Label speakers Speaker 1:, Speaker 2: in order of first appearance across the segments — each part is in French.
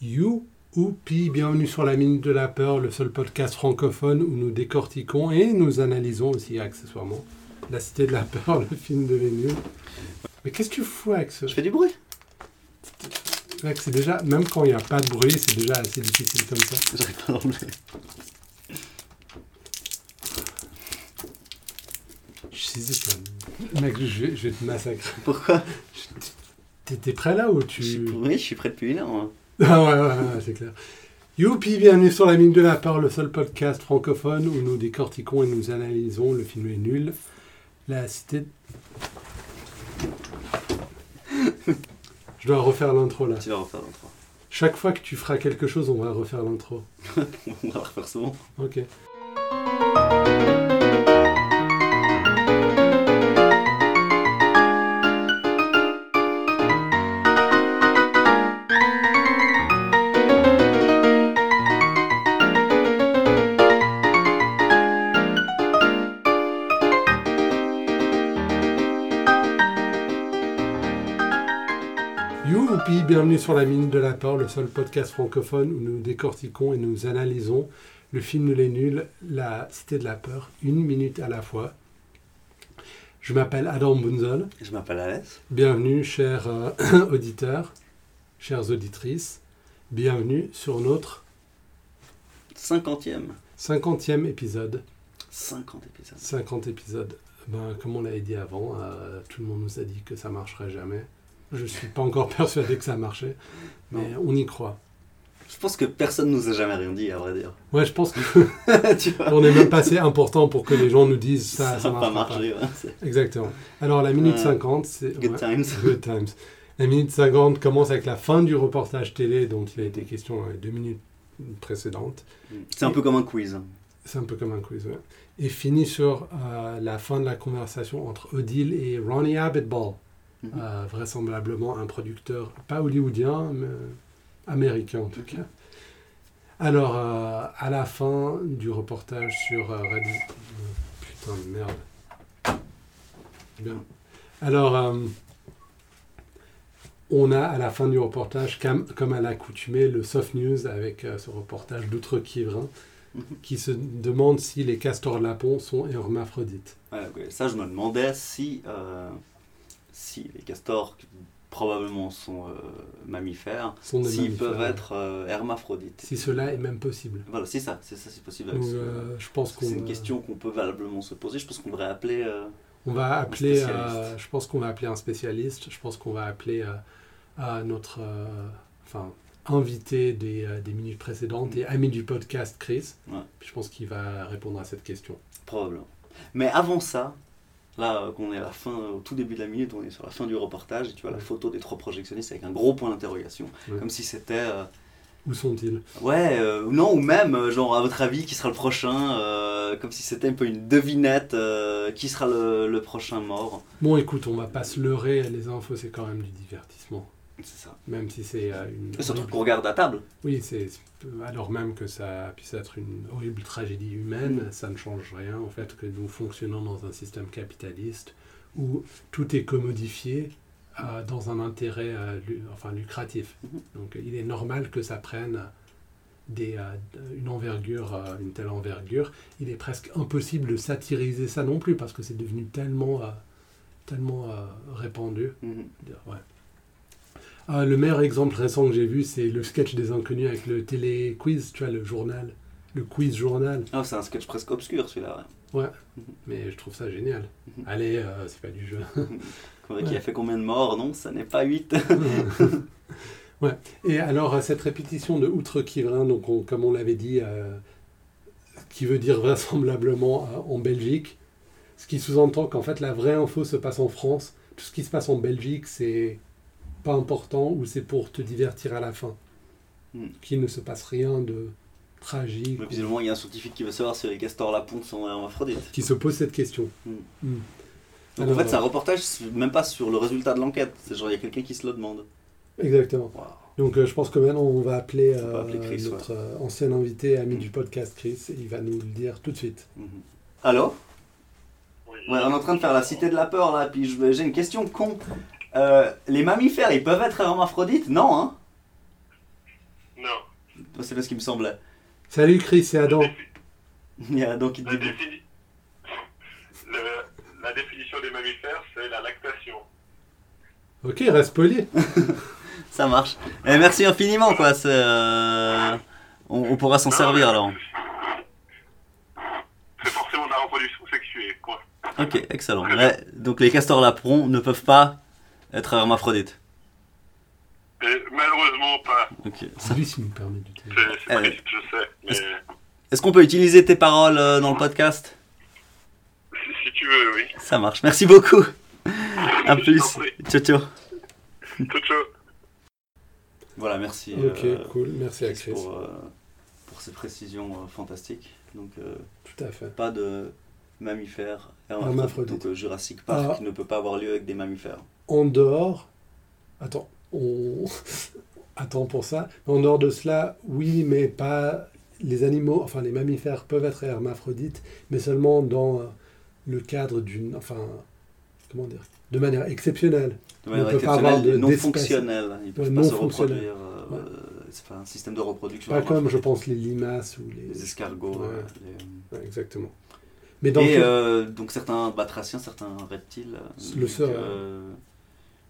Speaker 1: You Oupi, bienvenue sur la Minute de la Peur, le seul podcast francophone où nous décortiquons et nous analysons aussi accessoirement La Cité de la Peur, le film de Vénus. Mais qu'est-ce que tu fous avec ce...
Speaker 2: Je fais du bruit.
Speaker 1: Mec, c'est déjà, même quand il n'y a pas de bruit, c'est déjà assez difficile comme ça.
Speaker 2: J'arrive pas à l'enlever.
Speaker 1: J'hésite. là. Mec, je vais, je vais te massacrer.
Speaker 2: Pourquoi
Speaker 1: T'étais prêt là ou
Speaker 2: Je suis-
Speaker 1: tu...
Speaker 2: Oui, je suis prêt depuis une heure. moi.
Speaker 1: Ah ouais, ouais, ouais, c'est clair. Youpi, bienvenue sur la mine de la peur, le seul podcast francophone où nous décortiquons et nous analysons le film est nul. La cité. de- Je dois refaire l'intro là.
Speaker 2: Tu vas refaire l'intro.
Speaker 1: Chaque fois que tu feras quelque chose, on va refaire l'intro.
Speaker 2: On va la refaire souvent.
Speaker 1: Ok. Youpi, bienvenue sur la mine de la peur, le seul podcast francophone où nous décortiquons et nous analysons le film de Les Nuls, La Cité de la Peur, une minute à la fois. Je m'appelle Adam Bunzel.
Speaker 2: Je m'appelle Alès.
Speaker 1: Bienvenue, chers euh, auditeurs, chères auditrices. Bienvenue sur notre
Speaker 2: 50e.
Speaker 1: 50e épisode.
Speaker 2: 50 épisodes.
Speaker 1: 50 épisodes. Ben, comme on l'avait dit avant, euh, tout le monde nous a dit que ça marcherait jamais. Je ne suis pas encore persuadé que ça marchait, mais on y croit.
Speaker 2: Je pense que personne nous a jamais rien dit, à vrai dire.
Speaker 1: Ouais, je pense que
Speaker 2: tu vois
Speaker 1: on est même pas assez important pour que les gens nous disent ça, ça
Speaker 2: va
Speaker 1: marche
Speaker 2: pas marcher. ouais, c'est
Speaker 1: Exactement. Alors, la minute
Speaker 2: Euh,
Speaker 1: 50, c'est.
Speaker 2: Good
Speaker 1: ouais.
Speaker 2: times.
Speaker 1: Good times. La minute 50 commence avec la fin du reportage télé dont il a été question dans les deux minutes précédentes.
Speaker 2: C'est un peu comme un quiz.
Speaker 1: C'est un peu comme un quiz, ouais. Et finit sur euh, la fin de la conversation entre Odile et Ronnie Abbott-Ball,
Speaker 2: Mhm.
Speaker 1: euh, vraisemblablement un producteur pas hollywoodien, mais américain en tout cas. Alors, euh, à la fin du reportage sur euh, Reddit. euh, Putain de merde. Bien. Alors, euh, on a à la fin du reportage, cam- comme à l'accoutumée, le soft news avec euh, ce reportage hein. d'outre-Quiévrain qui se demande si les castors lapons sont hermaphrodites.
Speaker 2: Ouais, ok. Ça, je me demandais si, euh, si les castors, qui probablement sont euh, mammifères,
Speaker 1: Sont des
Speaker 2: s'ils
Speaker 1: mammifères.
Speaker 2: peuvent être euh, hermaphrodites.
Speaker 1: Si cela est même possible.
Speaker 2: Voilà, c'est ça. C'est ça, c'est possible. avec
Speaker 1: Donc,
Speaker 2: ce-
Speaker 1: euh, je pense qu'on
Speaker 2: C'est une
Speaker 1: va-
Speaker 2: question qu'on peut valablement se poser. Je pense qu'on devrait appeler. euh,
Speaker 1: on va appeler.
Speaker 2: Un spécialiste.
Speaker 1: euh, je pense qu'on va appeler un spécialiste. Je pense qu'on va appeler euh, à notre, euh, enfin, invité des, euh, des minutes précédentes et ami du podcast, Chris.
Speaker 2: Mm. Ouais.
Speaker 1: Je pense qu'il va répondre à cette question.
Speaker 2: Probablement. Mais avant ça, là euh, qu'on est à la fin, au tout début de la minute, on est sur la fin du reportage et tu vois la
Speaker 1: Ouais.
Speaker 2: photo des trois projectionnistes avec un gros point d'interrogation.
Speaker 1: Ouais.
Speaker 2: Comme si c'était. euh,
Speaker 1: Où sont-ils
Speaker 2: ouais, euh, non, ou même, euh, genre, à votre avis, qui sera le prochain euh, Comme si c'était un peu une devinette, euh, qui sera le, le prochain mort
Speaker 1: Bon, écoute, on va pas se leurrer. Les infos, c'est quand même du divertissement,
Speaker 2: C'est ça.
Speaker 1: même si c'est euh, une.
Speaker 2: Et surtout
Speaker 1: horrible-
Speaker 2: qu'on regarde à table.
Speaker 1: Oui, c'est alors même que ça puisse être une horrible tragédie humaine, ça ne change rien au fait que nous fonctionnons dans un système capitaliste où tout est commodifié euh, dans un intérêt euh, lu- enfin lucratif.
Speaker 2: Mhm.
Speaker 1: Donc euh, il est normal que ça prenne des, euh, une envergure, euh, une telle envergure. Il est presque impossible de satiriser ça non plus parce que c'est devenu tellement, euh, tellement euh, répandu.
Speaker 2: Mhm.
Speaker 1: Ouais. Ah, le meilleur exemple récent que j'ai vu, c'est le sketch des inconnus avec le télé-quiz, tu vois, le journal, le quiz journal.
Speaker 2: Ah, c'est un sketch presque obscur celui-là, ouais.
Speaker 1: Mais je trouve ça génial.
Speaker 2: Mhm.
Speaker 1: Allez, euh, c'est pas du jeu.
Speaker 2: Qu'on voit Qui
Speaker 1: Ouais.
Speaker 2: a fait combien de morts Non, ça n'est pas 8.
Speaker 1: ouais. Et alors, euh, cette répétition de outre-Quiverin, donc on- comme on l'avait dit, euh, qui veut dire vraisemblablement euh, en Belgique, ce qui sous-entend qu'en fait la vraie info se passe en France. Tout ce qui se passe en Belgique, c'est pas important ou c'est pour te divertir à la fin.
Speaker 2: Hmm.
Speaker 1: Qu'il ne se passe rien de tragique.
Speaker 2: Mais visiblement, il y a un scientifique qui veut savoir si les castors lapons sont hermaphrodites.
Speaker 1: Qui se pose cette question.
Speaker 2: Hmm.
Speaker 1: Hmm.
Speaker 2: Donc
Speaker 1: Alors,
Speaker 2: en fait, c'est un reportage c'est même pas sur le résultat de l'enquête. C'est genre, il y a quelqu'un qui se le demande.
Speaker 1: Exactement.
Speaker 2: Waouh.
Speaker 1: Donc euh, je pense que maintenant on va appeler,
Speaker 2: On va
Speaker 1: euh,
Speaker 2: appeler Chris,
Speaker 1: notre euh, ancien invité, ami
Speaker 2: Mm.
Speaker 1: du podcast Chris, et il va nous le dire tout de suite.
Speaker 2: Mhm. Allô
Speaker 3: Oui.
Speaker 2: Ouais, on est en train de faire la cité de la peur là, puis je- j'ai une question con. Euh, les mammifères, ils peuvent être hermaphrodites Non, hein
Speaker 3: Non,
Speaker 2: Moi, Bah, C'est bien ce qui me semblait.
Speaker 1: Salut Chris, c'est Adam.
Speaker 2: Il y a donc il
Speaker 3: La,
Speaker 2: dit
Speaker 3: défini- Le- la définition des mammifères, c'est la lactation.
Speaker 1: Ok, reste poli.
Speaker 2: ça marche. Et merci infiniment quoi. c'est, euh, On, on pourra s'en servir alors.
Speaker 3: C'est forcément de la reproduction sexuée, quoi.
Speaker 2: Ok, excellent. Ouais, donc les castors laprons ne peuvent pas être hermaphrodites.
Speaker 3: Et Euh, malheureusement pas.
Speaker 2: Ok.
Speaker 1: C'est lui s'il me permet du thé.
Speaker 3: C'est c'est
Speaker 2: Euh,
Speaker 3: triste, je sais. Mais
Speaker 2: Est-ce qu'on peut utiliser tes paroles euh, dans le podcast
Speaker 3: si, si tu veux, oui.
Speaker 2: Ça marche. Merci beaucoup. À plus.
Speaker 3: Je t'en prie.
Speaker 2: Ciao ciao.
Speaker 3: Tout chaud.
Speaker 2: Voilà, merci.
Speaker 1: Ok,
Speaker 2: euh,
Speaker 1: cool, merci à Chris.
Speaker 2: Chris, pour, euh, pour ces précisions euh, fantastiques. Donc, euh,
Speaker 1: Tout à fait.
Speaker 2: pas de mammifères.
Speaker 1: Hermaphrodite.
Speaker 2: Donc, euh, Jurassic Park
Speaker 1: Ah.
Speaker 2: qui ne peut pas avoir lieu avec des mammifères.
Speaker 1: En dehors. Attends, on. Attends pour ça. En dehors de cela, oui, mais pas. Les animaux, enfin les mammifères peuvent être hermaphrodites, mais seulement dans euh, le cadre d'une. Enfin. Comment dire De manière exceptionnelle. On
Speaker 2: De manière
Speaker 1: peut pas avoir
Speaker 2: exceptionnelle,
Speaker 1: de-
Speaker 2: non
Speaker 1: d'espèces.
Speaker 2: fonctionnelle. Ils ne peuvent
Speaker 1: Ouais,
Speaker 2: pas
Speaker 1: non
Speaker 2: se
Speaker 1: fonctionnelle.
Speaker 2: reproduire. euh,
Speaker 1: Ouais.
Speaker 2: euh, C'est pas un système de reproduction.
Speaker 1: Pas comme, je
Speaker 2: hermaphrodite.
Speaker 1: pense, les limaces ou les.
Speaker 2: Les escargots.
Speaker 1: Ouais.
Speaker 2: euh, les-
Speaker 1: Ouais, exactement. Mais dans le
Speaker 2: Et
Speaker 1: cas-
Speaker 2: euh, donc, certains batraciens, certains reptiles. euh,
Speaker 1: Le
Speaker 2: donc,
Speaker 1: seul,
Speaker 2: euh,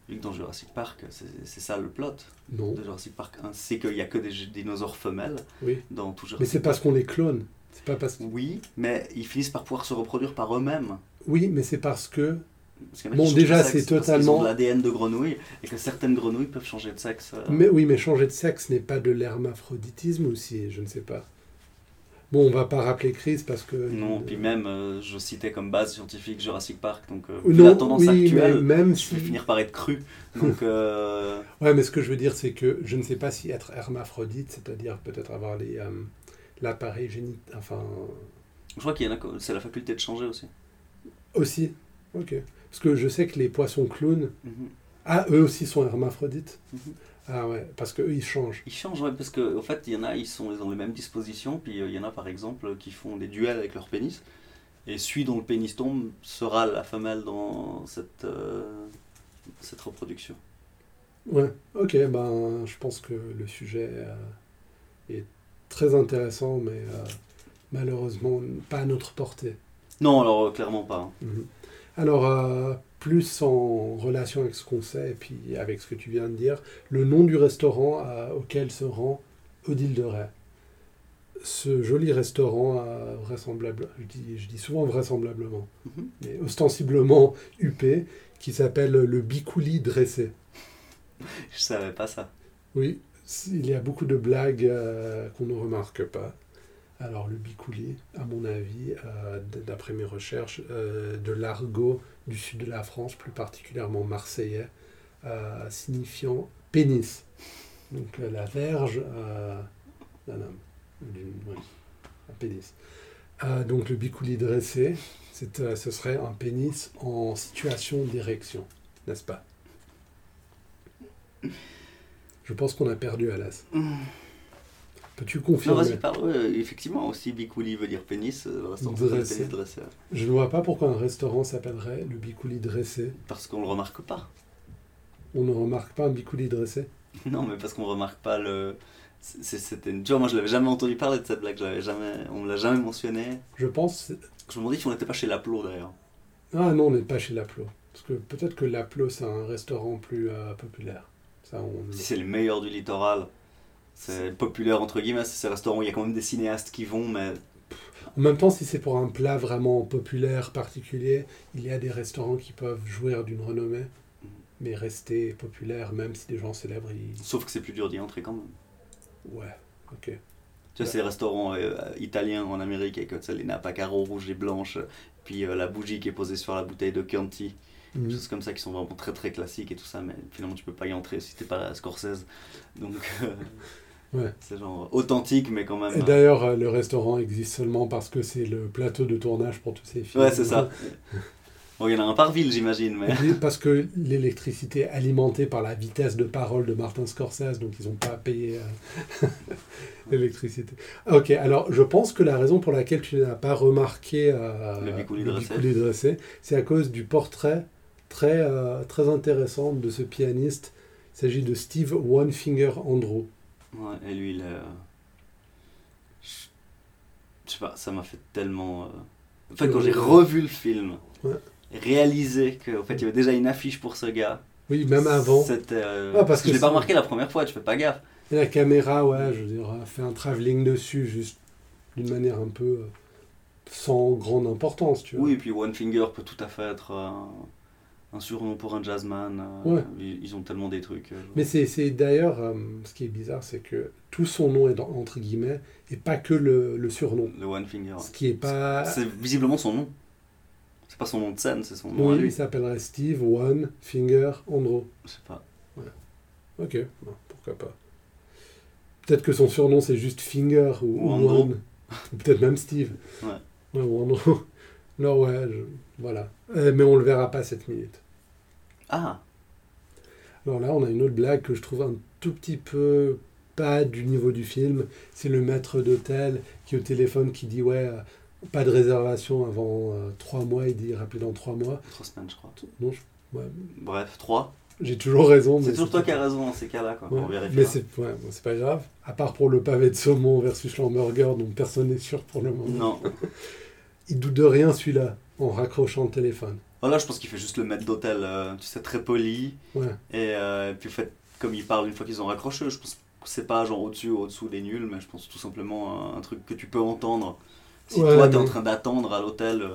Speaker 2: vu que dans Jurassic Park, c'est c'est ça le plot
Speaker 1: Non,
Speaker 2: de Jurassic Park 1, c'est qu'il n'y a que des dinosaures femelles
Speaker 1: oui.
Speaker 2: dans tout
Speaker 1: Mais
Speaker 2: Jurassic
Speaker 1: c'est parce qu'on les clone. C'est pas parce.
Speaker 2: Oui, mais ils finissent par pouvoir se reproduire par eux-mêmes.
Speaker 1: Oui, mais c'est parce que.
Speaker 2: Parce qu'il y en a qui
Speaker 1: Bon,
Speaker 2: changent de
Speaker 1: déjà,
Speaker 2: sexe
Speaker 1: c'est
Speaker 2: parce qu'ils
Speaker 1: totalement-
Speaker 2: ont de l'ADN de grenouille et que certaines grenouilles peuvent changer de sexe. euh,
Speaker 1: Mais oui, mais changer de sexe n'est pas de l'hermaphroditisme aussi, je ne sais pas. Bon, on va pas rappeler Chris parce que.
Speaker 2: Non,
Speaker 1: euh,
Speaker 2: puis même, euh, je citais comme base scientifique Jurassic Park, donc euh,
Speaker 1: ou
Speaker 2: vu
Speaker 1: non,
Speaker 2: la tendance
Speaker 1: oui, mais
Speaker 2: actuelle,
Speaker 1: même
Speaker 2: je
Speaker 1: si.
Speaker 2: vais finir par être cru. Donc, euh,
Speaker 1: Ouais, mais ce que je veux dire, c'est que je ne sais pas si être hermaphrodite, c'est-à-dire peut-être avoir les euh, l'appareil génit, enfin
Speaker 2: je crois qu'il y en a, que- c'est la faculté de changer aussi.
Speaker 1: aussi. Ok. Parce que je sais que les poissons clowns,
Speaker 2: Mhm.
Speaker 1: ah, eux aussi sont hermaphrodites.
Speaker 2: Mhm.
Speaker 1: Ah ouais, parce que eux ils changent.
Speaker 2: Ils changent, ouais, parce qu'en fait, il y en a, ils, sont, ils ont les mêmes dispositions, puis euh, il y en a par exemple qui font des duels avec leur pénis, et celui dont le pénis tombe sera la femelle dans cette, euh, cette reproduction.
Speaker 1: Ouais. Ok. Ben, je pense que le sujet euh, est très intéressant, mais euh, malheureusement pas à notre portée.
Speaker 2: Non, alors euh, clairement pas. hein.
Speaker 1: Mhm. Alors, euh, plus en relation avec ce qu'on sait et puis avec ce que tu viens de dire, le nom du restaurant euh, auquel se rend Odile de Ray. Ce joli restaurant, euh, vraisemblable, je dis, je dis souvent vraisemblablement,
Speaker 2: Mhm.
Speaker 1: mais ostensiblement huppé, qui s'appelle le Bicouli dressé.
Speaker 2: Je savais pas ça.
Speaker 1: Oui, s- il y a beaucoup de blagues euh, qu'on ne remarque pas. Alors, le bicouli, à mon avis, euh, d- d'après mes recherches, euh, de l'argot du sud de la France, plus particulièrement marseillais, euh, signifiant pénis. Donc, euh, la verge euh, d'un homme, d'une- oui, un pénis. Euh, donc, le bicouli dressé, c'est, euh, ce serait un pénis en situation d'érection, n'est-ce pas Je pense qu'on a perdu Alas. Peux-tu
Speaker 2: Mmh. Non,
Speaker 1: confirmer
Speaker 2: vas-y, parle. ouais, euh, effectivement, aussi, bicouli veut dire pénis, euh, le restaurant s'appelle
Speaker 1: Dressé.
Speaker 2: pénis dressé.
Speaker 1: Je ne vois pas pourquoi un restaurant s'appellerait le bicouli dressé.
Speaker 2: Parce qu'on le remarque pas.
Speaker 1: On ne remarque pas un bicouli dressé.
Speaker 2: Non, mais parce qu'on remarque pas le. c'est- c'est- C'était une. Tu vois, moi, je l'avais jamais entendu parler de cette blague, je l'avais jamais... on me l'a jamais mentionné.
Speaker 1: Je pense.
Speaker 2: Je me demandais si on n'était pas chez Laplo d'ailleurs.
Speaker 1: Ah non, on n'est pas chez Laplo. Parce que peut-être que Laplo, c'est un restaurant plus euh, populaire. Ça, on...
Speaker 2: Si c'est le meilleur du littoral, c'est populaire entre guillemets, c'est ces restaurants où il y a quand même des cinéastes qui vont, mais
Speaker 1: En même temps, si c'est pour un plat vraiment populaire, particulier, il y a des restaurants qui peuvent jouir d'une renommée, mais rester populaire, même si des gens célèbres, ils-
Speaker 2: sauf que c'est plus dur d'y entrer quand même.
Speaker 1: Ouais, ok.
Speaker 2: Tu vois, c'est les restaurants euh, italiens en Amérique avec euh, tu sais, les nappes à carreaux rouges et blanches, puis euh, la bougie qui est posée sur la bouteille de Chianti.
Speaker 1: Mhm.
Speaker 2: des choses comme ça qui sont vraiment très très classiques et tout ça, mais finalement tu peux pas y entrer si t'es pas à Scorsese. Donc euh,
Speaker 1: Ouais.
Speaker 2: c'est genre authentique, mais quand
Speaker 1: Et
Speaker 2: même. euh,
Speaker 1: d'ailleurs, euh, le restaurant existe seulement parce que c'est le plateau de tournage pour tous ces films.
Speaker 2: euh, Ouais, c'est ça. Bon, il y en a un par ville, j'imagine, mais.
Speaker 1: Et Parce que l'électricité est alimentée par la vitesse de parole de Martin Scorsese, donc ils n'ont pas payé euh, l'électricité. Ok, alors je pense que la raison pour laquelle tu n'as pas remarqué euh,
Speaker 2: Le bicouli dressé.
Speaker 1: bicouli dressé, c'est à cause du portrait très, euh, très intéressant de ce pianiste. Il s'agit de Steve One Finger Andrew.
Speaker 2: Ouais, et lui, il est, euh, sais pas, ça m'a fait tellement. euh, En fait, quand j'ai revu le film,
Speaker 1: Ouais.
Speaker 2: réalisé qu'en fait, il y avait déjà une affiche pour ce gars.
Speaker 1: Oui, même avant.
Speaker 2: C'était. euh,
Speaker 1: Ah, parce que
Speaker 2: je l'ai pas
Speaker 1: c'est-
Speaker 2: remarqué la première fois, tu fais pas gaffe.
Speaker 1: Et la caméra, ouais, je veux dire, a fait un travelling dessus, juste d'une manière un peu euh, sans grande importance, tu vois.
Speaker 2: Oui, et puis One Finger peut tout à fait être un, un surnom pour un jazzman. euh,
Speaker 1: Ouais.
Speaker 2: ils, ils ont tellement des trucs. euh,
Speaker 1: Mais c'est c'est d'ailleurs, euh, ce qui est bizarre, c'est que tout son nom est dans- entre guillemets, et pas que le, le surnom.
Speaker 2: le One Finger.
Speaker 1: Ce qui est pas.
Speaker 2: C'est visiblement son nom. C'est pas son nom de scène, c'est son nom
Speaker 1: Oui,
Speaker 2: à
Speaker 1: il
Speaker 2: lui.
Speaker 1: s'appellerait Steve One Finger Andro.
Speaker 2: Je sais pas.
Speaker 1: Ok, bon, pourquoi pas. Peut-être que son surnom c'est juste Finger ou, ou
Speaker 2: Ou Andro.
Speaker 1: One. Ou Peut-être même Steve.
Speaker 2: Ouais.
Speaker 1: Ouais, ou Andro. Non, ouais, je- voilà. Euh, mais on le verra pas cette minute.
Speaker 2: Ah,
Speaker 1: Alors là, on a une autre blague que je trouve un tout petit peu pas du niveau du film. C'est le maître d'hôtel qui au téléphone qui dit ouais, euh, pas de réservation avant euh, trois mois. Il dit rappelez dans trois mois.
Speaker 2: trois semaines, je crois.
Speaker 1: Non, je- ouais,
Speaker 2: Bref, trois.
Speaker 1: j'ai toujours raison. mais
Speaker 2: C'est toujours
Speaker 1: c'est
Speaker 2: toi
Speaker 1: pas-
Speaker 2: qui as raison dans ces cas-là, quoi.
Speaker 1: Ouais,
Speaker 2: On hein. vérifiera.
Speaker 1: mais c'est ouais, bon, c'est pas grave. À part pour le pavé de saumon versus l'hamburger, dont personne n'est sûr pour le moment.
Speaker 2: Non.
Speaker 1: Il doute de rien celui-là en raccrochant le téléphone.
Speaker 2: Voilà, Oh je pense qu'il fait juste le maître d'hôtel, euh, tu sais, très poli.
Speaker 1: Ouais.
Speaker 2: Et, euh, et puis, en fait, comme ils parlent une fois qu'ils ont raccroché, je pense que c'est pas genre au-dessus ou au-dessous des nuls, mais je pense tout simplement à un truc que tu peux entendre. Si
Speaker 1: Ouais,
Speaker 2: toi, t'es en
Speaker 1: mais-
Speaker 2: train d'attendre à l'hôtel, euh,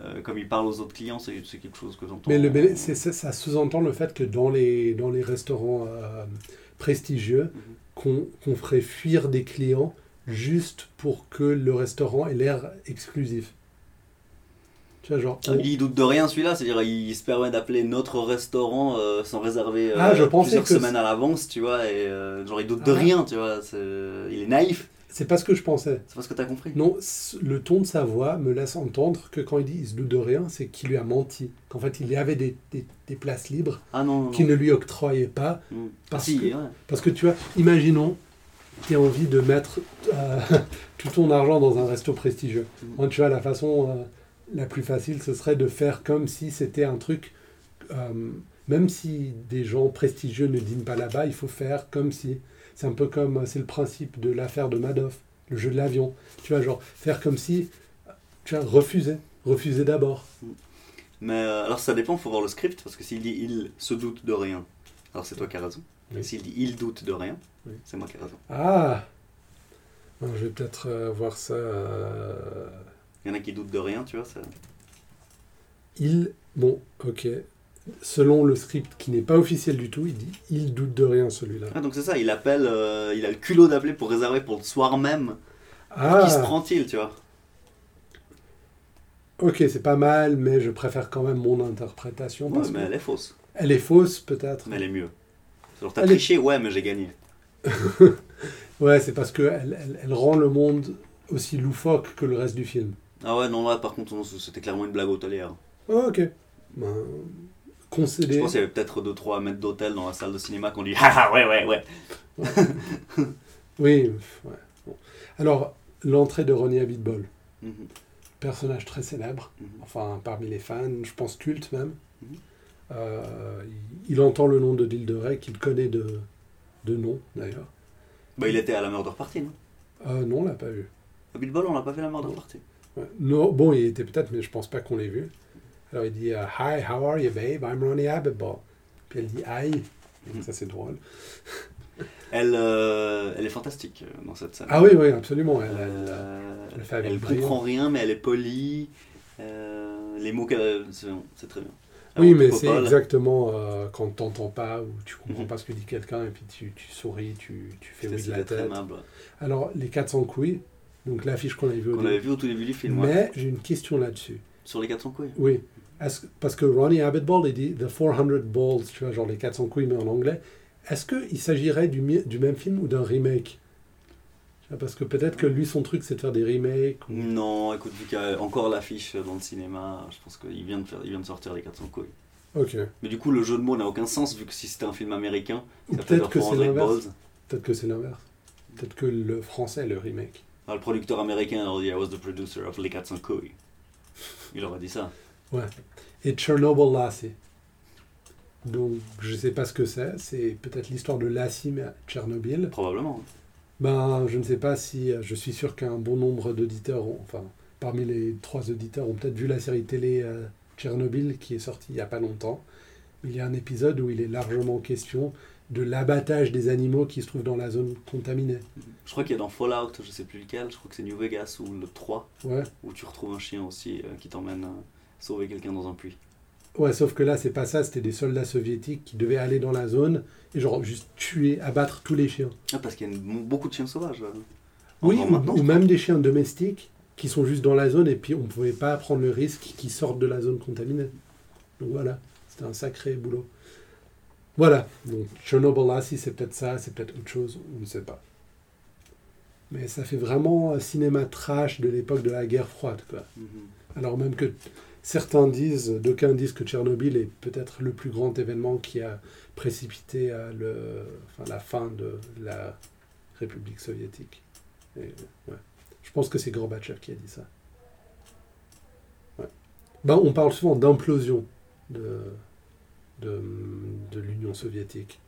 Speaker 2: euh, comme ils parlent aux autres clients, c'est c'est quelque chose que j'entends.
Speaker 1: Mais le, bel- c'est- c'est- ça sous-entend le fait que dans les, dans les restaurants euh, prestigieux,
Speaker 2: Mhm.
Speaker 1: qu'on qu'on ferait fuir des clients juste pour que le restaurant ait l'air exclusif. Tu vois, genre.
Speaker 2: Ah,
Speaker 1: on-
Speaker 2: Il doute de rien celui-là, c'est-à-dire il se permet d'appeler notre restaurant euh, sans réserver euh,
Speaker 1: Ah, je pensais
Speaker 2: plusieurs
Speaker 1: que
Speaker 2: semaines à l'avance, tu vois, et euh, genre il doute de
Speaker 1: Ah.
Speaker 2: rien, tu vois, c'est- il est naïf,
Speaker 1: C'est pas ce que je pensais.
Speaker 2: c'est pas ce que t'as compris.
Speaker 1: Non, c- le ton de sa voix me laisse entendre que quand il dit il se doute de rien, c'est qu'il lui a menti. Qu'en fait, il y avait des, des- des places libres
Speaker 2: Ah non, non,
Speaker 1: qu'il
Speaker 2: non.
Speaker 1: ne lui octroyait pas.
Speaker 2: Mm.
Speaker 1: parce
Speaker 2: Ah, si,
Speaker 1: que-
Speaker 2: ouais.
Speaker 1: Parce que tu vois, imaginons, tu as envie de mettre euh, tout ton argent dans un resto prestigieux.
Speaker 2: Mhm.
Speaker 1: Moi, tu vois, la façon euh, la plus facile, ce serait de faire comme si c'était un truc. euh, même si des gens prestigieux ne dînent pas là-bas, il faut faire comme si. C'est un peu comme. euh, C'est le principe de l'affaire de Madoff, le jeu de l'avion. Tu vois, genre, faire comme si. Tu vois, refuser. Refuser d'abord.
Speaker 2: Mais euh, alors ça dépend, faut voir le script, parce que s'il dit il se doute de rien, alors c'est toi qui as raison.
Speaker 1: Oui.
Speaker 2: S'il dit il doute de rien,
Speaker 1: Oui.
Speaker 2: c'est moi qui ai raison.
Speaker 1: Ah Non, Je vais peut-être euh, voir ça. euh,
Speaker 2: Il y en a qui doutent de rien, tu vois, ça...
Speaker 1: Il. Bon, ok. Selon le script qui n'est pas officiel du tout, il dit il doute de rien celui-là.
Speaker 2: Ah, donc c'est ça, il appelle, euh, il a le culot d'appeler pour réserver pour le soir même.
Speaker 1: Ah,
Speaker 2: Qui se prend-il, tu vois
Speaker 1: ok, c'est pas mal, mais je préfère quand même mon interprétation parce
Speaker 2: Ouais, mais
Speaker 1: que
Speaker 2: elle est fausse.
Speaker 1: elle est fausse peut-être.
Speaker 2: Mais elle est mieux. Alors t'as
Speaker 1: Elle est-
Speaker 2: triché, ouais, mais j'ai gagné.
Speaker 1: Ouais, c'est parce que elle, elle- elle rend le monde aussi loufoque que le reste du film.
Speaker 2: Ah ouais, non, là par contre, non, c'était clairement une blague hôtelière.
Speaker 1: Ah, ok. Ben,
Speaker 2: Je
Speaker 1: concédé.
Speaker 2: pense qu'il y avait peut-être 2-3 mètres d'hôtel dans la salle de cinéma qu'on dit Ah ah, ouais, ouais, ouais.
Speaker 1: Oui. pff, ouais. Bon. Alors l'entrée de Ronnie Abitbol,
Speaker 2: Mhm.
Speaker 1: personnage très célèbre.
Speaker 2: Mhm.
Speaker 1: enfin parmi les fans, je pense culte même.
Speaker 2: Mhm.
Speaker 1: Euh, il, il entend le nom de Bill de Ray, qu'il connaît de, de nom d'ailleurs.
Speaker 2: Bah, il était à la murder party, non
Speaker 1: Euh, non, on l'a pas vu.
Speaker 2: À Bill Ball, on l'a pas fait la
Speaker 1: Oh.
Speaker 2: murder party.
Speaker 1: Ouais. Non, bon, il était peut-être, mais je pense pas qu'on l'ait vu. Alors il dit euh, Hi, how are you, babe? I'm Ronnie Abbott. Puis elle dit Hi. Donc,
Speaker 2: Mhm.
Speaker 1: Ça c'est drôle.
Speaker 2: Elle, euh, elle est fantastique euh, dans cette scène.
Speaker 1: Ah oui, oui, absolument. Elle, elle, euh,
Speaker 2: Euh,
Speaker 1: elle le fait avec
Speaker 2: elle
Speaker 1: brio.
Speaker 2: comprend rien, mais elle est polie. Euh, les mots qu'elle. C'est bon, c'est très bien.
Speaker 1: oui,
Speaker 2: Alors,
Speaker 1: mais
Speaker 2: tu
Speaker 1: c'est
Speaker 2: copoles.
Speaker 1: exactement euh, quand t'entends pas ou tu comprends
Speaker 2: Mhm.
Speaker 1: pas ce que dit quelqu'un et puis tu, tu souris, tu, tu fais
Speaker 2: C'était
Speaker 1: oui de
Speaker 2: c'était
Speaker 1: la
Speaker 2: très
Speaker 1: tête.
Speaker 2: aimable. ouais.
Speaker 1: Alors les 400 couilles, donc l'affiche qu'on avait vue au
Speaker 2: Qu'on avait
Speaker 1: début.
Speaker 2: vu au tout début du film, ouais.
Speaker 1: Mais j'ai une question là-dessus.
Speaker 2: Sur les 400 couilles.
Speaker 1: Oui. Est-ce- parce que Ronnie Abbott Ball, il dit The 400 Balls, tu vois, genre les 400 couilles, mais en anglais. Est-ce qu'il s'agirait du, mi- du même film ou d'un remake Tu vois, Parce que peut-être que lui, son truc, c'est de faire des remakes. ou-
Speaker 2: Non, écoute, vu qu'il y a encore l'affiche dans le cinéma, je pense qu'il vient de, faire, il vient de sortir les 400 couilles.
Speaker 1: Ok.
Speaker 2: Mais du coup, le jeu de mots n'a aucun sens, vu que si c'était un film américain,
Speaker 1: Ou
Speaker 2: ça peut
Speaker 1: peut-être
Speaker 2: leur
Speaker 1: que c'est
Speaker 2: prendre
Speaker 1: l'inverse.
Speaker 2: balls.
Speaker 1: Peut-être que c'est l'inverse. Peut-être que le français, le remake.
Speaker 2: Ah, le producteur américain leur dit I was the producer of les 400 couilles. Il aurait dit ça.
Speaker 1: Et Chernobyl Lassie. Donc, je sais pas ce que c'est. C'est peut-être l'histoire de Lassie, mais à Tchernobyl.
Speaker 2: Probablement.
Speaker 1: Ben, je ne sais pas si. Je suis sûr qu'un bon nombre d'auditeurs, ont- enfin, parmi les trois auditeurs, ont peut-être vu la série télé euh, Tchernobyl qui est sortie il n'y a pas longtemps. Il y a un épisode où il est largement question de l'abattage des animaux qui se trouvent dans la zone contaminée.
Speaker 2: Je crois qu'il y a dans Fallout, je sais plus lequel, je crois que c'est New Vegas ou le 3,
Speaker 1: Ouais.
Speaker 2: où tu retrouves un chien aussi euh, qui t'emmène euh, sauver quelqu'un dans un puits.
Speaker 1: Ouais, sauf que là, c'est pas ça, c'était des soldats soviétiques qui devaient aller dans la zone et genre juste tuer, abattre tous les chiens.
Speaker 2: Ah, parce qu'il y a une- beaucoup de chiens sauvages. euh,
Speaker 1: Oui,
Speaker 2: encore
Speaker 1: ou,
Speaker 2: maintenant,
Speaker 1: ou même des chiens domestiques qui sont juste dans la zone et puis on ne pouvait pas prendre le risque qu'ils sortent de la zone contaminée. Donc voilà, c'était un sacré boulot. Voilà, donc Chernobyl là, si c'est peut-être ça, c'est peut-être autre chose, on ne sait pas. Mais ça fait vraiment euh, cinéma trash de l'époque de la guerre froide, quoi.
Speaker 2: Mhm.
Speaker 1: Alors même que certains disent, d'aucuns disent que Tchernobyl est peut-être le plus grand événement qui a précipité euh, le, enfin, la fin de la République soviétique. Et, ouais. Je pense que c'est Gorbatchev qui a dit ça. Ouais. Ben, on parle souvent d'implosion de, de, de l'Union soviétique.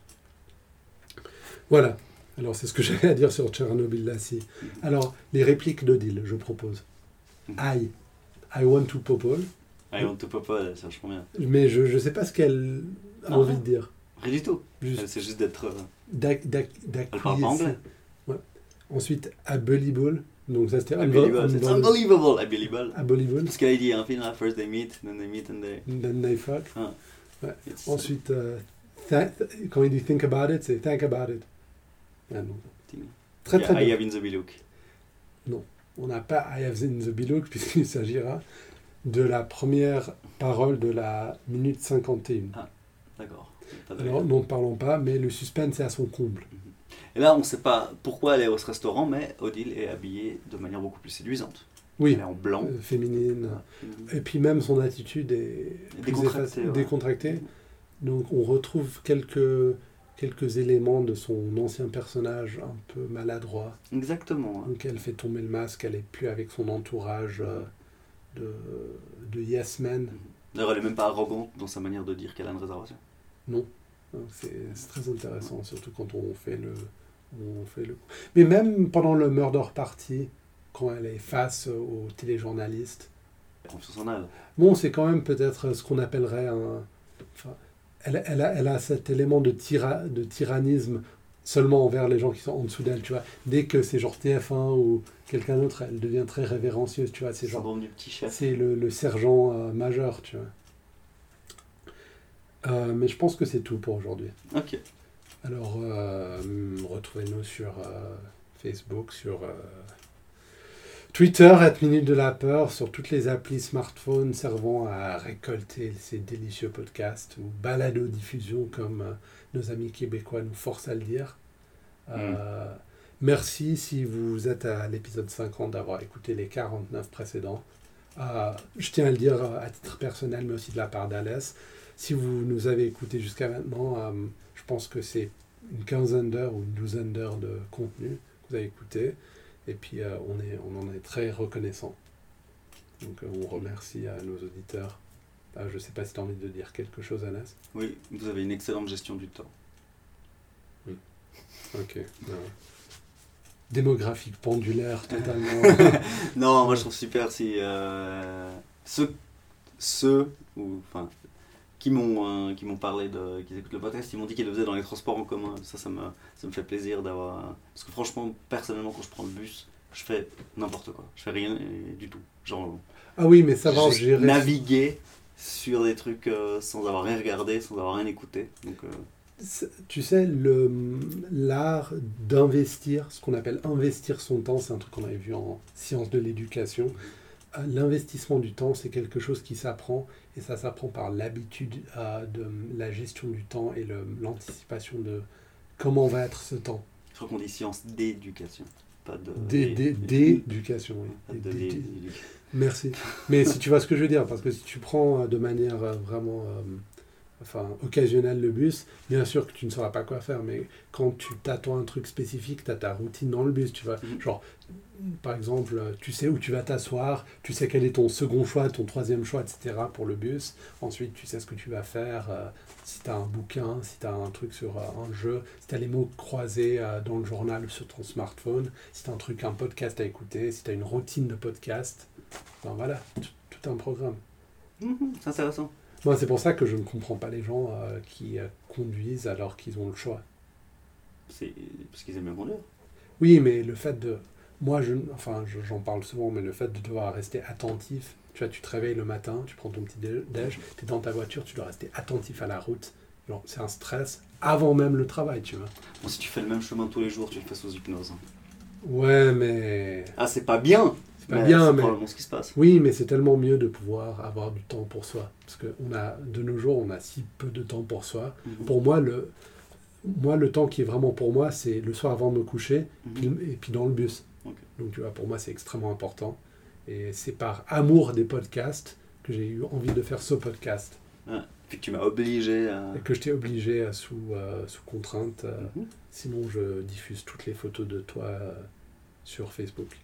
Speaker 1: Voilà. Alors c'est ce que j'avais à dire sur Tchernobyl Lassie. Alors les répliques d'Odile, je propose. Aïe. I want to popole,
Speaker 2: Allez, on te peut pas, c'est vachement bien.
Speaker 1: mais je ne sais pas ce qu'elle a
Speaker 2: Ah.
Speaker 1: envie de dire.
Speaker 2: Rien du tout.
Speaker 1: Juste
Speaker 2: Elle, C'est juste d'être. euh,
Speaker 1: d'ac- d'ac-
Speaker 2: Elle parle pas
Speaker 1: d'accueillir ça.
Speaker 2: anglais.
Speaker 1: Ensuite, Unbelievable. Donc ça c'était
Speaker 2: Unbelievable. C'est
Speaker 1: Unbelievable.
Speaker 2: unbelievable. Unbelievable.
Speaker 1: Unbelievable.
Speaker 2: Parce qu'elle dit, hein, final, first they meet, then they meet and they.
Speaker 1: Then they fuck.
Speaker 2: it's-
Speaker 1: Ben Ensuite, euh, th- th- quand il dit think about it, c'est think about it. Ah, non. Très
Speaker 2: Yeah,
Speaker 1: très
Speaker 2: I
Speaker 1: bien.
Speaker 2: have in the Bilouk.
Speaker 1: On n'a pas I have in the Bilouk puisqu'il s'agira de la première parole de la minute 51.
Speaker 2: D'accord. Pas de-
Speaker 1: Alors, n'en parlons pas, mais le suspense est à son comble.
Speaker 2: Et là, on ne sait pas pourquoi elle est au ce restaurant, mais Odile est habillée de manière beaucoup plus séduisante.
Speaker 1: Oui,
Speaker 2: Elle est en blanc.
Speaker 1: euh, féminine. Et puis même son attitude est plus
Speaker 2: Décontractée,
Speaker 1: effacée-
Speaker 2: ouais.
Speaker 1: décontractée. Donc on retrouve quelques, quelques éléments de son ancien personnage un peu maladroit.
Speaker 2: Exactement. hein.
Speaker 1: Donc elle fait tomber le masque, elle est plus avec son entourage euh, de, de Yes Men.
Speaker 2: D'ailleurs, elle n'est même pas arrogante dans sa manière de dire qu'elle a une réservation.
Speaker 1: Hein, C'est c'est très intéressant, surtout quand on fait le... On fait le... Mais même pendant le murder party, quand elle est face aux téléjournalistes,
Speaker 2: Elle a Confiance en elle.
Speaker 1: Bon, c'est quand même peut-être ce qu'on appellerait un. Enfin, elle, elle a, elle a cet élément de, tyra- de tyrannisme seulement envers les gens qui sont en dessous d'elle, tu vois. Dès que c'est genre TF1 ou quelqu'un d'autre, elle devient très révérencieuse, tu vois. C'est
Speaker 2: C'est le
Speaker 1: genre.
Speaker 2: syndrome du petit chef.
Speaker 1: C'est le, le sergent euh, majeur, tu vois. Euh, mais je pense que c'est tout pour aujourd'hui.
Speaker 2: Ok.
Speaker 1: Alors, euh, hum, retrouvez-nous sur euh, Facebook, sur euh, Twitter, at Minute de la Peur, sur toutes les applis smartphones servant à récolter ces délicieux podcasts ou balado-diffusion, comme euh, nos amis québécois nous forcent à le dire. Euh, Merci si vous êtes à l'épisode 50 d'avoir écouté les 49 précédents. Euh, je tiens à le dire euh, à titre personnel, mais aussi de la part d'Alès. Si vous nous avez écouté jusqu'à maintenant, euh, je pense que c'est une quinzaine d'heures ou une douzaine d'heures de contenu que vous avez écouté. Et puis, euh, on, est, on en est très reconnaissant. Donc, euh, on remercie à nos auditeurs. Ah, je ne sais pas si tu as envie de dire quelque chose, Alès.
Speaker 2: Oui, vous avez une excellente gestion du temps.
Speaker 1: Ok. Euh, démographique pendulaire totalement.
Speaker 2: Non, moi je trouve super si euh, ceux, ceux ou, enfin, qui m'ont euh, qui m'ont parlé de qui écoutent le podcast, ils m'ont dit qu'ils le faisaient dans les transports en commun. Ça, ça me ça me fait plaisir d'avoir parce que franchement, personnellement, quand je prends le bus, je fais n'importe quoi. Je fais rien et du tout. Genre
Speaker 1: ah oui, mais ça va
Speaker 2: juste
Speaker 1: gérer.
Speaker 2: naviguer sur des trucs euh, sans avoir rien regardé, sans avoir rien écouté. Donc euh,
Speaker 1: C'est- Tu sais, le- l'art d'investir, ce qu'on appelle investir son temps, c'est un truc qu'on avait vu en sciences de l'éducation. Euh, L'investissement du temps, c'est quelque chose qui s'apprend, et ça s'apprend par l'habitude euh, de la gestion du temps et le- l'anticipation de comment va être ce temps.
Speaker 2: je crois qu'on dit science d'éducation, pas de
Speaker 1: Des- des- D'éducation,
Speaker 2: pas
Speaker 1: oui.
Speaker 2: de
Speaker 1: Des- des-
Speaker 2: l'éducation.
Speaker 1: Merci. Mais si tu vois ce que je veux dire, parce que si tu prends euh, de manière euh, vraiment euh, enfin, occasionnel le bus, bien sûr que tu ne sauras pas quoi faire, mais quand tu t'attends à un truc spécifique, tu as ta routine dans le bus, tu vois.
Speaker 2: Mhm.
Speaker 1: Genre, par exemple, euh, tu sais où tu vas t'asseoir, tu sais quel est ton second choix, ton troisième choix, etc. pour le bus. Ensuite, tu sais ce que tu vas faire, euh, si tu as un bouquin, si tu as un truc sur euh, un jeu, si tu as les mots croisés euh, dans le journal ou sur ton smartphone, si tu as un truc, un podcast à écouter, si tu as une routine de podcast. Enfin, voilà, tout- tout un programme.
Speaker 2: Mhm, C'est intéressant.
Speaker 1: Moi, c'est pour ça que je ne comprends pas les gens euh, qui euh, conduisent alors qu'ils ont le choix.
Speaker 2: C'est parce qu'ils aiment bien conduire.
Speaker 1: Oui, mais le fait de... Moi, je, enfin, je- j'en parle souvent, mais le fait de devoir rester attentif, tu vois, tu te réveilles le matin, tu prends ton petit dé- déj, tu es dans ta voiture, tu dois rester attentif à la route. Genre, C'est un stress avant même le travail, tu vois.
Speaker 2: Bon, si tu fais le même chemin tous les jours, tu le fais sous hypnose. hein.
Speaker 1: Ouais, mais...
Speaker 2: Ah, c'est pas bien
Speaker 1: C'est pas bien,
Speaker 2: c'est
Speaker 1: mais-
Speaker 2: probablement ce qui se passe.
Speaker 1: Oui, mais c'est tellement mieux de pouvoir avoir du temps pour soi. Parce que on a, de nos jours, on a si peu de temps pour soi.
Speaker 2: Mhm.
Speaker 1: Pour moi, le, moi, le temps qui est vraiment pour moi, c'est le soir avant de me coucher, puis-
Speaker 2: Mhm.
Speaker 1: et puis dans le bus.
Speaker 2: Ok.
Speaker 1: Donc tu vois, pour moi, c'est extrêmement important. Et c'est par amour des podcasts que j'ai eu envie de faire ce podcast.
Speaker 2: Puis tu m'as obligé à.
Speaker 1: Et que je t'ai obligé à sous, euh, sous contrainte. euh,
Speaker 2: Mhm.
Speaker 1: Sinon, je diffuse toutes les photos de toi euh, sur Facebook.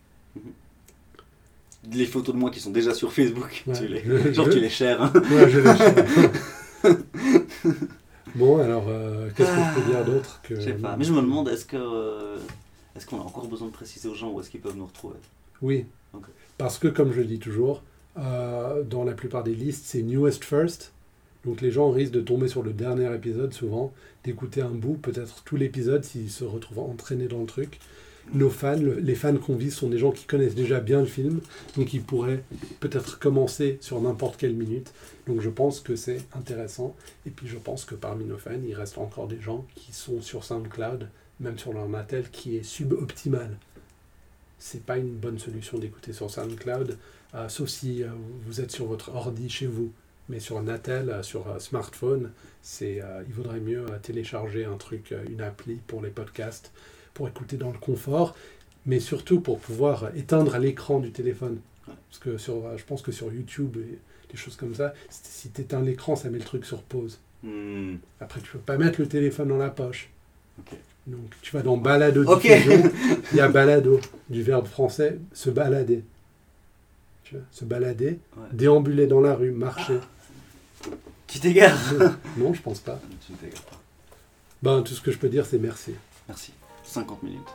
Speaker 2: Les photos de moi qui sont déjà sur Facebook,
Speaker 1: Ouais. Euh,
Speaker 2: tu les...
Speaker 1: Je-
Speaker 2: genre
Speaker 1: je-
Speaker 2: tu les chères. hein.
Speaker 1: Ouais, je l'ai fait. bon, alors, euh, qu'est-ce que je peux dire d'autre que...
Speaker 2: Ah. Je sais pas. Mais je me demande, est-ce que. euh, Est-ce qu'on a encore besoin de préciser aux gens où est-ce qu'ils peuvent nous retrouver
Speaker 1: Oui.
Speaker 2: Ok.
Speaker 1: Parce que, comme je le dis toujours, euh, dans la plupart des listes, c'est newest first. Donc les gens risquent de tomber sur le dernier épisode souvent, d'écouter un bout, peut-être tout l'épisode s'ils se retrouvent entraînés dans le truc. Nos fans, le- les fans qu'on vise sont des gens qui connaissent déjà bien le film, donc ils pourraient peut-être commencer sur n'importe quelle minute. Donc je pense que c'est intéressant. Et puis je pense que parmi nos fans, il reste encore des gens qui sont sur SoundCloud, même sur leur Natel, qui est suboptimal c'est pas une bonne solution d'écouter sur SoundCloud, euh, sauf si euh, vous êtes sur votre ordi chez vous. Mais sur Natel, euh, sur euh, smartphone, c'est, euh, il vaudrait mieux euh, télécharger un truc, euh, une appli pour les podcasts, pour écouter dans le confort, mais surtout pour pouvoir euh, éteindre l'écran du téléphone.
Speaker 2: Ouais.
Speaker 1: Parce que sur, euh, je pense que sur YouTube et des choses comme ça, si tu éteins l'écran, ça met le truc sur pause.
Speaker 2: Hmm.
Speaker 1: Après, tu peux pas mettre le téléphone dans la poche.
Speaker 2: Ok.
Speaker 1: Donc, tu vas dans Balado
Speaker 2: Ok.
Speaker 1: Diffusion, il y a Balado, du verbe français se balader. Tu vois, se balader,
Speaker 2: Ouais.
Speaker 1: déambuler dans la rue, marcher.
Speaker 2: Tu t'égares
Speaker 1: non, je pense pas.
Speaker 2: Tu ne t'égares pas.
Speaker 1: Ben, tout ce que je peux dire, c'est merci.
Speaker 2: Merci. 50 minutes.